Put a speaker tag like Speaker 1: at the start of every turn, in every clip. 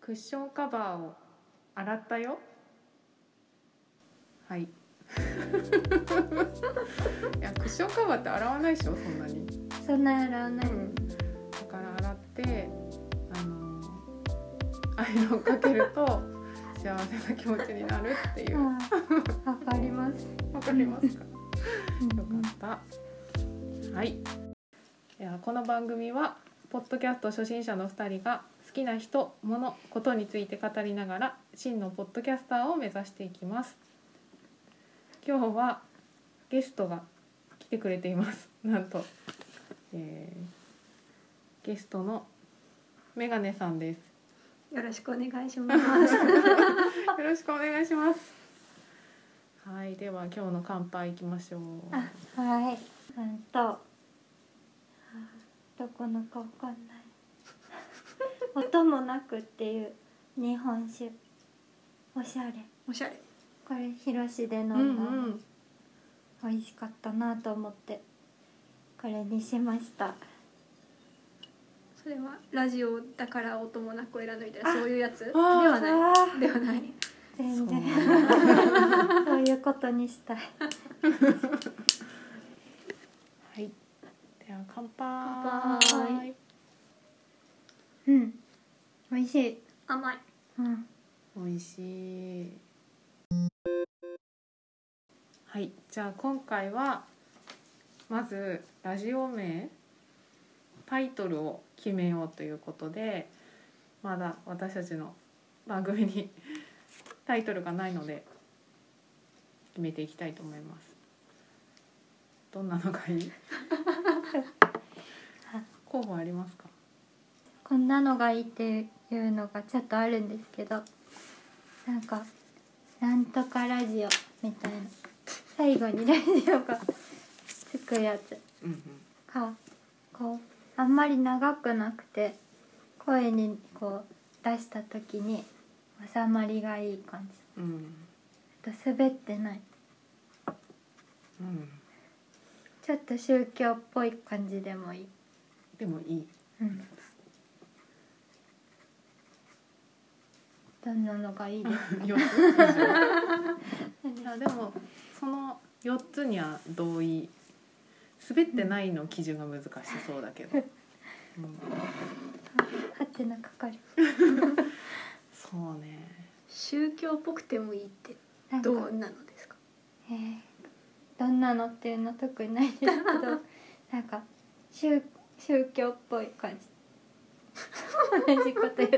Speaker 1: クッションカバーを洗ったよはい いやクッションカバーって洗わないでしょそんなに
Speaker 2: そんな洗わない、
Speaker 1: だから洗ってあのアイロンかけると幸せな気持ちになるっていううわ、
Speaker 2: ん、わかります、
Speaker 1: かりますか
Speaker 2: うん
Speaker 1: よかった。はい。ではこの番組はポッドキャスト初心者の二人が好きな人、物、ことについて語りながら真のポッドキャスターを目指していきます。今日はゲストが来てくれています。 なんと、えーゲストのメガネさんです。
Speaker 2: よろしくお願いします
Speaker 1: よろしくお願いします。はい、では今日の乾杯いきましょう。
Speaker 2: あはいうんとあどこのかわかんない音もなくっていう日本酒おしゃれ
Speaker 3: おしゃれ
Speaker 2: これ広しで飲ん
Speaker 1: う
Speaker 2: だ、
Speaker 1: んうん。
Speaker 2: 美味しかったなと思ってこれにしました
Speaker 3: それはラジオだから音もなく選んだみたいなそういうやつで
Speaker 1: あー
Speaker 3: はな
Speaker 2: あ
Speaker 3: いではない
Speaker 2: ー全然
Speaker 1: そう
Speaker 2: そういうことにしたい
Speaker 1: はい。では乾杯。
Speaker 3: 乾杯
Speaker 2: うん美味しい、
Speaker 3: 甘い
Speaker 2: うん、
Speaker 1: 美味しい。はい、じゃあ今回はまずラジオ名タイトルを決めようということで、まだ私たちの番組に タイトルがないので決めていきたいと思います。どんなのがい い？候補ありますか？
Speaker 2: こんなのがいいっていうのがちょっとあるんですけどなんか「なんとかラジオ」みたいな最後にラジオがつくやつ
Speaker 1: うんうん。
Speaker 2: かこうあんまり長くなくて声にこう出した時に収まりがいい感じ
Speaker 1: うん
Speaker 2: あと滑ってない
Speaker 1: うん。
Speaker 2: ちょっと宗教っぽい感じでもいい、
Speaker 1: でもいい。
Speaker 2: うん、どんなのがいい ですか
Speaker 1: 四つ以上いやでもその四つには同意滑ってないの基準が難しそうだけ ど、うん
Speaker 2: ハテナかかる
Speaker 1: そうね
Speaker 3: 宗教っぽくてもいいって
Speaker 2: なんか
Speaker 3: どうなのですか
Speaker 2: えーどんなのっていうの特にないですけ どなんか宗宗教っぽい感じ同じこと言う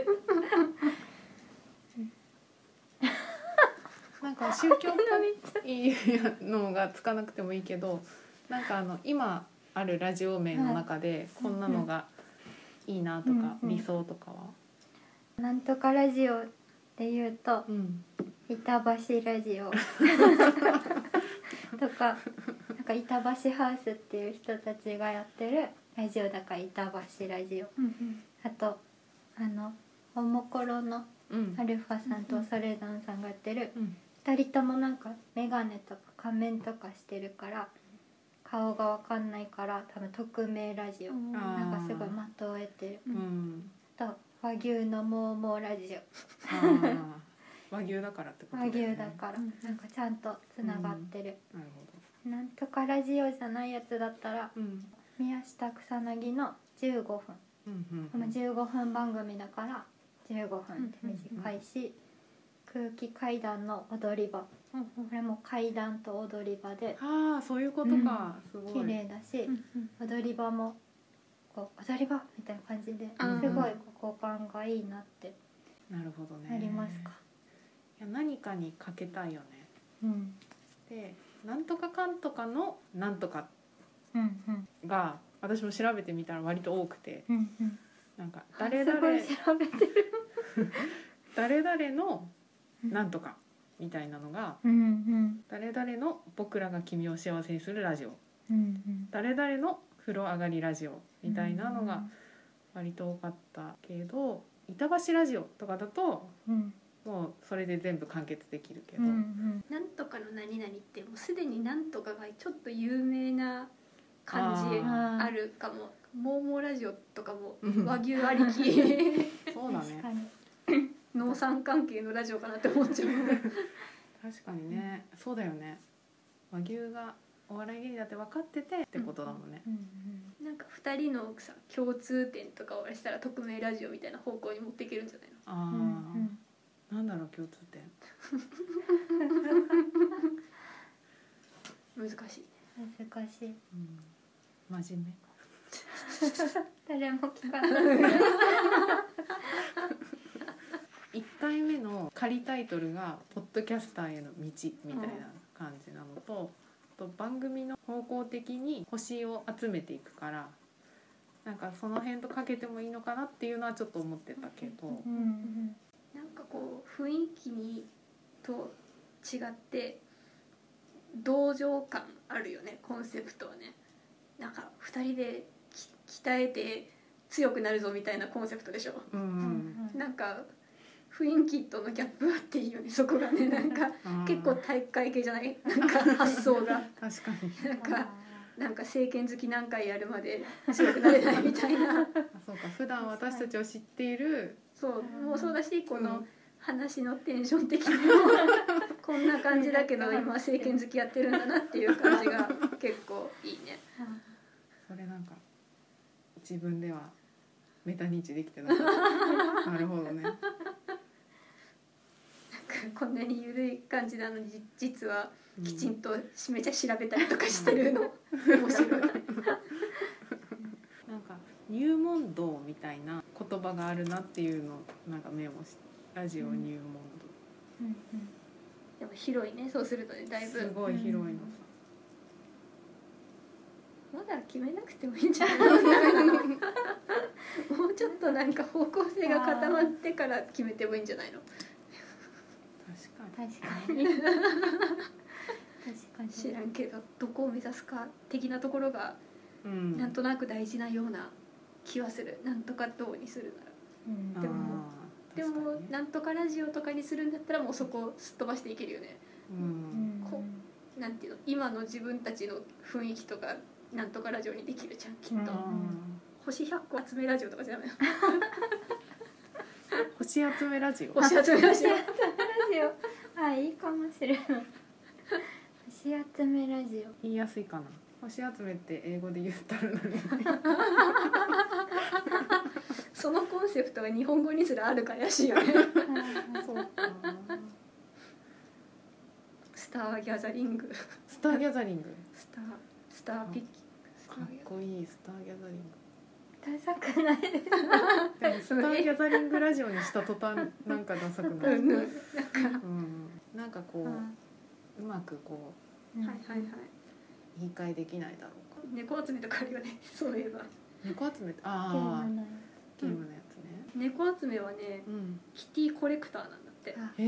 Speaker 1: なんか宗教っぽいのがつかなくてもいいけどなんかあの今あるラジオ名の中でこんなのがいいなとか
Speaker 2: うんうん
Speaker 1: 理想とかは、
Speaker 2: なんとかラジオで言うと
Speaker 1: うん、
Speaker 2: 板橋ラジ オとかなんか板橋ハウスっていう人たちがやってるラジオだから板橋ラジオあとあのおもころの
Speaker 1: うん
Speaker 2: アルファさんとソレダンさんがやってる
Speaker 1: うん
Speaker 2: 2人ともなんか眼鏡とか仮面とかしてるから顔がわかんないから多分匿名ラジオ
Speaker 1: あ
Speaker 2: なんかすごい的を得てる
Speaker 1: うん、
Speaker 2: あと和牛のモーモーラジオ
Speaker 1: あー和牛だからってこと
Speaker 2: 和
Speaker 1: だよね
Speaker 2: 牛だから、
Speaker 3: うん
Speaker 2: なんかちゃんとつながってる、
Speaker 1: なるほど
Speaker 2: なんとかラジオじゃないやつだったら
Speaker 1: うん
Speaker 2: 宮下草薙の15分、
Speaker 1: うんうん
Speaker 2: まあ、15分番組だから15分って短いし、空気階段の踊り場これも階段と踊り場で
Speaker 1: ああそういうことか、すご
Speaker 2: 綺
Speaker 1: い
Speaker 2: 麗だし、踊り場もこう踊り場みたいな感じで
Speaker 3: あー
Speaker 2: すごいこう交換がいいなって
Speaker 1: なるほどね
Speaker 2: なりますか、
Speaker 1: いや何かにかけたいよね
Speaker 2: うん、
Speaker 1: でなんとかかんとかのなんとか
Speaker 2: うんうん
Speaker 1: が私も調べてみたら割と多くて
Speaker 2: うんうん
Speaker 1: なんか
Speaker 2: あ
Speaker 1: 誰々
Speaker 2: すごい調べてる、
Speaker 1: 誰々のな
Speaker 2: うん
Speaker 1: とかみたいなのが
Speaker 2: うん
Speaker 1: 誰々の僕らが君を幸せにするラジオ
Speaker 2: うんうん
Speaker 1: 誰々の風呂上がりラジオみたいなのが割と多かったけど板橋ラジオとかだと
Speaker 2: うん
Speaker 1: もうそれで全部完結できるけ
Speaker 2: う
Speaker 1: ど、
Speaker 2: んうん
Speaker 3: なんとかの何々ってもうすでになんとかがちょっと有名な感じ
Speaker 2: あー
Speaker 3: あるかも「モーモーラジオ」とかも
Speaker 1: うん
Speaker 3: 和牛ありき
Speaker 1: そうだ
Speaker 2: 確
Speaker 1: ね
Speaker 2: かに
Speaker 3: モさん関係のラジオかなって思っちゃう
Speaker 1: 確かにね、そうだよね和牛がお笑い芸人だって分かっててってことだもんね、
Speaker 2: うんうん
Speaker 3: なんか2人のさ共通点とかをしたら匿名ラジオみたいな方向に持っていけるんじゃないの
Speaker 1: ああ
Speaker 2: う、ん
Speaker 1: なんだろう共通点
Speaker 3: 難しいね
Speaker 2: うん難しい
Speaker 1: うん真面目
Speaker 2: 誰も聞かない
Speaker 1: 1回目の仮タイトルが「ポッドキャスターへの道」みたいな感じなのと,、あと番組の方向的に星を集めていくからなんかその辺とかけてもいいのかなっていうのはちょっと思ってたけど、
Speaker 2: うんうん
Speaker 3: なんかこう雰囲気にと違って同情感あるよねコンセプトはねなんか2人でき鍛えて強くなるぞみたいなコンセプトでしょ
Speaker 1: うん
Speaker 2: う
Speaker 1: うん
Speaker 2: ん
Speaker 3: なんか雰囲気とのギャップあっていいよねそこがねなんか
Speaker 1: あー
Speaker 3: 結構体育会系じゃないなんか発想が
Speaker 1: 確かに
Speaker 3: なんかなんか政権好き何回やるまで強くなれないみたいな
Speaker 1: あそうか普段私たちを知っている
Speaker 3: そうもうそうだしこ
Speaker 1: う
Speaker 3: の
Speaker 1: ん
Speaker 3: 話のテンション的 にもこんな感じだけど今政権好きやってるんだなっていう感じが結構いいね
Speaker 1: それなんか自分ではメタ認知できてなかった なるほどね
Speaker 3: なんかこんなに緩い感じなのにじ実は
Speaker 1: う
Speaker 3: きちんとめちゃ調べたりとかしてるの面 白い
Speaker 1: なんか入門道みたいな言葉があるなっていうのをなんかメモしラジオ入門
Speaker 2: うんうん
Speaker 3: でも広いねそうするとねだい
Speaker 1: 道、す
Speaker 3: ぶ
Speaker 1: ごい広いの
Speaker 3: まだ決めなくてもいいんじゃない もうちょっとなんか方向性が固まってから決めてもいいんじゃないの
Speaker 1: さ確かに
Speaker 2: 確かに確かに
Speaker 3: 知らんけどどこを目指すか的なところが
Speaker 1: うん
Speaker 3: なんとなく大事なような気はするなんとかどうにするなら
Speaker 2: うん
Speaker 1: あー
Speaker 3: でもで
Speaker 1: 確か
Speaker 3: も
Speaker 1: にね
Speaker 3: なんとかラジオとかにするんだったらもうそこをすっ飛ばしていけるよね
Speaker 1: う
Speaker 2: うんん
Speaker 3: こなんていうの今の自分たちの雰囲気とかなんとかラジオにできるじゃんきっと、
Speaker 1: あ
Speaker 3: 星100個集めラジオとかじゃダメなの
Speaker 1: ー星集めラジオ
Speaker 3: 星集めラジ
Speaker 2: 星集
Speaker 3: オ
Speaker 2: めラジオあいいかもしれない星集めラジオ
Speaker 1: 言いやすいかな星集めって英語で言ったら何
Speaker 3: そのコンセプトが日本語にすらあるから怪しいよね
Speaker 1: そうか
Speaker 3: スターギャザリング
Speaker 1: スターギャザリング
Speaker 3: スタースターピッキスタ
Speaker 1: かっ
Speaker 3: ーギャ
Speaker 1: こいいスターギャザリング
Speaker 2: ダサくないです
Speaker 1: でもスターギャザリングラジオにした途端なんかダサくな
Speaker 3: う
Speaker 1: る、
Speaker 3: んうん、はい
Speaker 1: うん、なんかこう、うまくこ
Speaker 2: うん
Speaker 3: はいはい
Speaker 1: 言い換えできないだろうか
Speaker 3: い猫集めとかあるよねそういえば
Speaker 1: 猫集めって
Speaker 2: ゲー
Speaker 1: ああ
Speaker 2: ムの
Speaker 1: ゲームのやつね、
Speaker 3: 猫集めはね
Speaker 1: うん、
Speaker 3: キティコレクターなんだって
Speaker 2: あ
Speaker 1: へ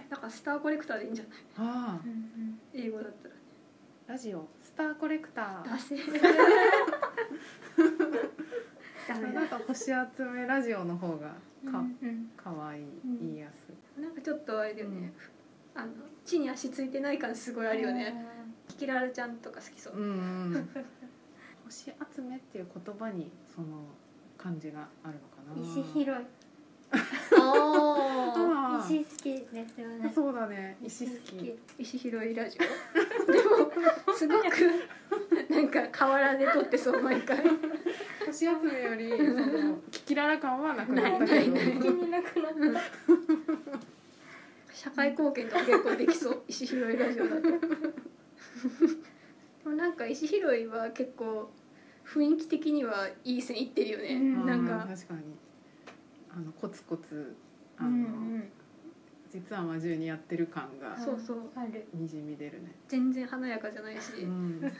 Speaker 1: え
Speaker 3: なんかスターコレクターでいいんじゃない
Speaker 1: あ
Speaker 2: うんうん
Speaker 3: 英語だったら
Speaker 1: あラジオスターコレクタ
Speaker 3: ダ
Speaker 1: ー
Speaker 3: セダメだ
Speaker 1: なんか星集めラジオの方がか
Speaker 2: うん
Speaker 1: かわいい
Speaker 2: ん
Speaker 1: 言いやすい
Speaker 3: なんかちょっとあれだよね、あの地に足ついてない感すごいあるよね、キキララちゃんとか好きそう、
Speaker 1: うん、うん、 星集めっていう言葉にその感じがあるのかな
Speaker 2: 石拾い
Speaker 3: あ
Speaker 1: あー
Speaker 2: 石好きですよね
Speaker 1: そうだね石好き
Speaker 3: 石拾いラジオでもすごくなんか河原で撮ってそう毎回
Speaker 1: 星集めよりそのキキララ感はなくなった
Speaker 3: な
Speaker 1: け
Speaker 3: い
Speaker 1: ど
Speaker 3: ない
Speaker 2: 気になくなった
Speaker 3: 社会貢献とか結構できそう石拾いラジオだと でもなんか石拾いは結構雰囲気的にはいい線いってるよね、
Speaker 2: うん
Speaker 3: なん
Speaker 1: う
Speaker 3: か
Speaker 1: 確かにあのコツコツあ
Speaker 2: う
Speaker 1: の、
Speaker 2: んうん
Speaker 1: 実は真面目にやってる感が
Speaker 3: そうそう
Speaker 2: ある
Speaker 1: にじみ出るね、
Speaker 3: 全然華やかじゃないし、
Speaker 1: うん、 もう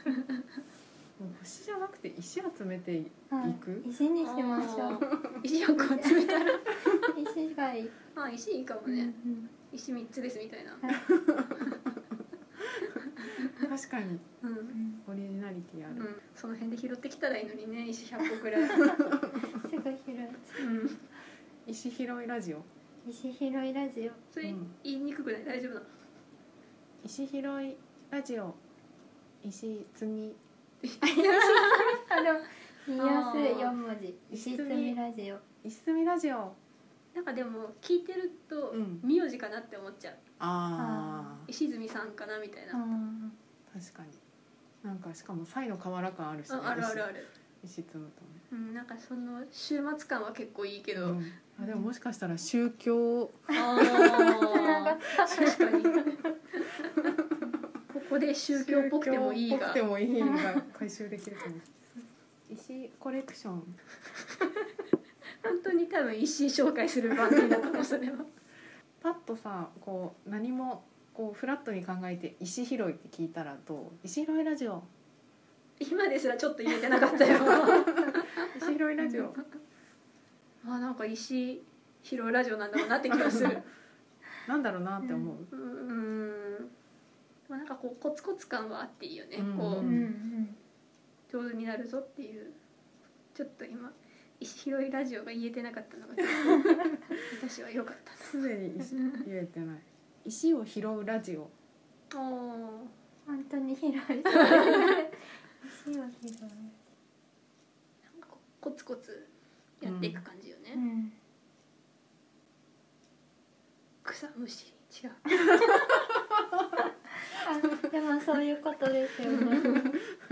Speaker 1: 星じゃなくて石集めてい
Speaker 2: はい
Speaker 1: く
Speaker 2: 石にしましょ
Speaker 3: あ
Speaker 2: う
Speaker 3: ー石をこう集めたら
Speaker 2: 石がいい
Speaker 3: あ石いいかも
Speaker 2: うんう
Speaker 3: ね、
Speaker 2: ん
Speaker 3: 石三つですみたいな、
Speaker 1: 確かに
Speaker 3: うんう
Speaker 2: うんん
Speaker 1: オリジナリティある、
Speaker 3: その辺で拾ってきたらいいのにね石100個くらい、う
Speaker 2: すぐ拾い
Speaker 3: ん、
Speaker 1: 石拾いラジオ
Speaker 2: 石拾いラジオ
Speaker 3: それ
Speaker 1: うん
Speaker 3: 言いにくくない大丈夫なの
Speaker 1: 石拾いラジオ石積み
Speaker 2: あの見やすい四文字
Speaker 1: ー
Speaker 2: 石積みラジオ
Speaker 1: 石積みラジオ
Speaker 3: なんかでも聞いてると
Speaker 1: うん
Speaker 3: 名字かなって思っちゃう、
Speaker 1: ああ
Speaker 3: 石積さんかなみたいな、
Speaker 2: うん
Speaker 1: 確かになんかしかも「イの河原感あるし、ね、
Speaker 3: ああるあるある、
Speaker 1: 石積むとね
Speaker 3: うん、なんかその週末感は結構いいけど、
Speaker 1: うんあでももしかしたら宗教
Speaker 3: あ
Speaker 2: 繋がっ
Speaker 3: ー
Speaker 2: た
Speaker 3: 確かにここで宗教っぽくてもいい
Speaker 1: 宗教っぽ
Speaker 3: が
Speaker 1: くてもいいが回収できるかも 石コレクション
Speaker 3: 本当に多分石井紹介する番組だと思うそれは
Speaker 1: パッとさこう何もこうフラットに考えて石拾いって聞いたらどう石拾いラジオ
Speaker 3: 今ですらちょっと言えてなかったよ
Speaker 1: 石拾いラジオ
Speaker 3: あなんか石拾うラジオなんだろうなって気がする
Speaker 1: なんだろうなって思う、
Speaker 3: うーんでもなんかこうコツコツ感はあっていいよね、
Speaker 1: うん
Speaker 3: こ
Speaker 2: うんうん
Speaker 3: う上手になるぞっていうちょっと今石拾いラジオが言えてなかったのが私は良かっ
Speaker 1: すでに石言えてない 石を拾うラジオ
Speaker 3: たおー
Speaker 2: 本当に広い石は広い
Speaker 3: なんかこうコツコツやっていく感じよね、
Speaker 2: うん
Speaker 3: 草むしり違う
Speaker 2: あでもそういうことですよね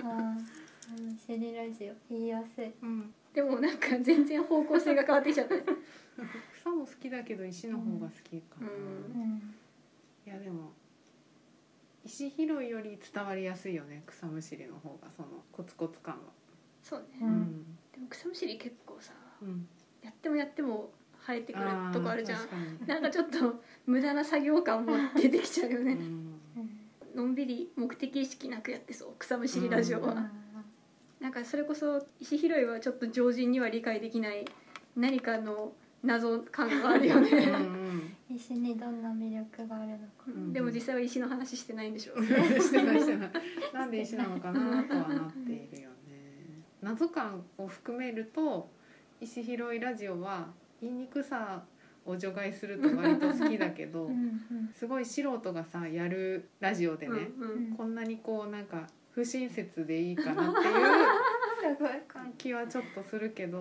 Speaker 2: あーうんシェリラジオ言いやすい
Speaker 1: うん
Speaker 3: でもなんか全然方向性が変わってきちゃったね
Speaker 1: 草も好きだけど石の方が好きかな、
Speaker 3: うん
Speaker 2: うん
Speaker 1: いやでも石拾いより伝わりやすいよね草むしりの方がそのコツコツ感は
Speaker 3: そうね、
Speaker 2: う
Speaker 1: うんん、
Speaker 3: でも草むしり結構さ
Speaker 1: うん、
Speaker 3: やってもやっても生えてくる
Speaker 1: ー
Speaker 3: とこあるじゃん
Speaker 1: 確かに
Speaker 3: なんかちょっと無駄な作業感も出てきちゃうよね、
Speaker 1: うん
Speaker 2: うん
Speaker 3: のんびり目的意識なくやってそう草むしりラジオは、
Speaker 1: う
Speaker 3: なんかそれこそ石拾いはちょっと常人には理解できない何かの謎感があるよ
Speaker 1: う
Speaker 3: ね、
Speaker 1: ん
Speaker 2: 石にどんな魅力があるのか
Speaker 1: ん
Speaker 3: でも実際は石の話してないんでしょう、
Speaker 1: うん、してないしてないなんで石なのかなとはなっているよね謎感を含めると石拾いラジオは言いにくさを除外すると割と好きだけど、
Speaker 2: うん
Speaker 1: すごい素人がさやるラジオでね、
Speaker 3: うんうん
Speaker 1: こんなにこうなんか不親切でいいかなっていう
Speaker 2: すごい
Speaker 1: 気はちょっとするけど、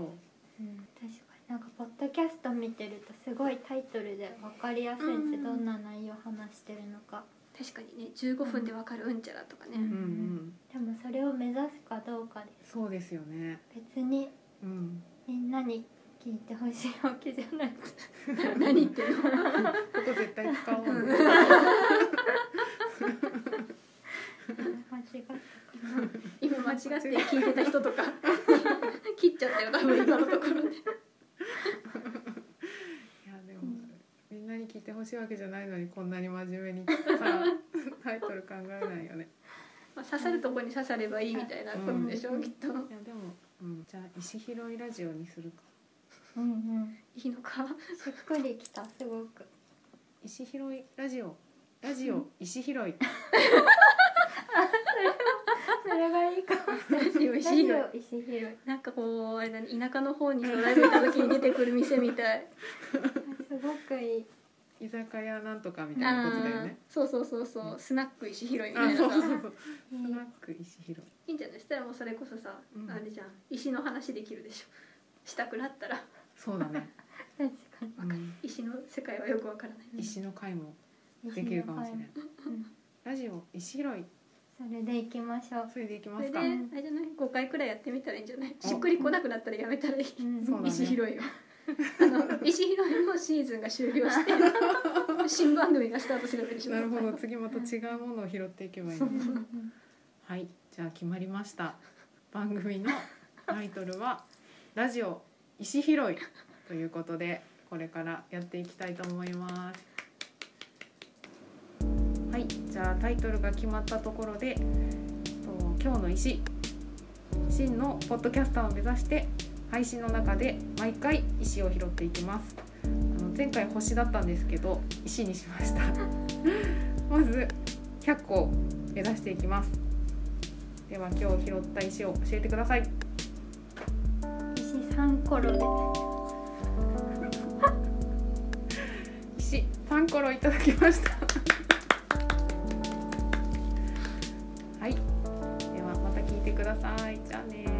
Speaker 2: うん確かになんかポッドキャスト見てるとすごいタイトルで分かりやすいんで
Speaker 3: う
Speaker 2: す
Speaker 3: ん
Speaker 2: どんな内容話してるのか
Speaker 3: 確かにね15分でわかるうんちゃらとかね、
Speaker 2: う
Speaker 1: うんうん、
Speaker 2: でもそれを目指すかどうかで
Speaker 1: そうですよね。
Speaker 2: 別に
Speaker 1: うん、
Speaker 2: みんなに聞いてほしいわけじゃないです
Speaker 3: 何言ってるの
Speaker 1: ここ絶対使おうね。
Speaker 2: 間違って
Speaker 3: 今間違って聞いてた人と か切っちゃったよ多分今のとこ
Speaker 1: い
Speaker 3: ろで
Speaker 1: やでも、
Speaker 2: うん
Speaker 1: みんなに聞いてほしいわけじゃないのにこんなに真面目にさタイトル考えないよね。
Speaker 3: まあ刺さるとこに刺さればいいみたいなことでしょ、
Speaker 2: うん
Speaker 3: きっと
Speaker 1: いやでも、うん、じゃあ石拾いラジオにするか。
Speaker 2: うんうん
Speaker 3: いいのか
Speaker 2: しっくりきたすごく
Speaker 1: 石拾いラジオラジオ石拾い。
Speaker 2: それがいいかも
Speaker 3: ラジオ
Speaker 2: ラ
Speaker 3: 石
Speaker 2: ジ
Speaker 3: 拾い
Speaker 2: オ石拾い
Speaker 3: なんかこうあれだね田舎の方にライブ行った時に出てくる店みた い
Speaker 2: すごくいい
Speaker 1: 居酒屋なんとかみたいな
Speaker 3: あ
Speaker 1: ことだよね。
Speaker 3: ーそうそうそうそうスナック石拾いみた
Speaker 1: あ
Speaker 3: いな
Speaker 1: そうそう
Speaker 3: さ
Speaker 1: そう。
Speaker 2: い
Speaker 1: ス
Speaker 2: い
Speaker 1: ナック石拾い。
Speaker 3: いいんじゃないそしたらもうそれこそさ、
Speaker 1: うん
Speaker 3: あれじゃん石の話できるでしょしたくなったら
Speaker 1: そうだね。
Speaker 2: 確かに
Speaker 1: うん、
Speaker 3: 石の世界はよくわからない、
Speaker 1: 石の会もできるかもしれない。
Speaker 2: うん
Speaker 1: ラジオ石拾い。
Speaker 2: それで行きましょう
Speaker 1: それでいき
Speaker 3: そ
Speaker 1: ま
Speaker 3: れ
Speaker 1: す
Speaker 3: で
Speaker 1: か
Speaker 3: あ。
Speaker 2: ん
Speaker 3: れじゃない5回くらいやってみたらいいんじゃない
Speaker 1: お
Speaker 3: しっくりこなくなったらやめたらいい
Speaker 2: うん
Speaker 1: そうだね
Speaker 3: 石拾いをあの石拾いのシーズンが終 了して新番組がスタートすればいいでしょ
Speaker 1: なるほど。次また違うものを拾っていけばいいの
Speaker 2: う。んうん
Speaker 1: はい、じゃあ決まりました。番組のタイトルは「ラジオ石拾い」ということで、これからやっていきたいと思います。はい、じゃあタイトルが決まったところで、えっと今日の石真のポッドキャスターを目指して配信の中で毎回石を拾っていきます。あの前回星だったんですけど石にしました。まず100個目指していきます。では今日拾った石を教えてください。
Speaker 2: 石三コロで
Speaker 1: 石三コロいただきました。はい。ではまた聞いてください。じゃあね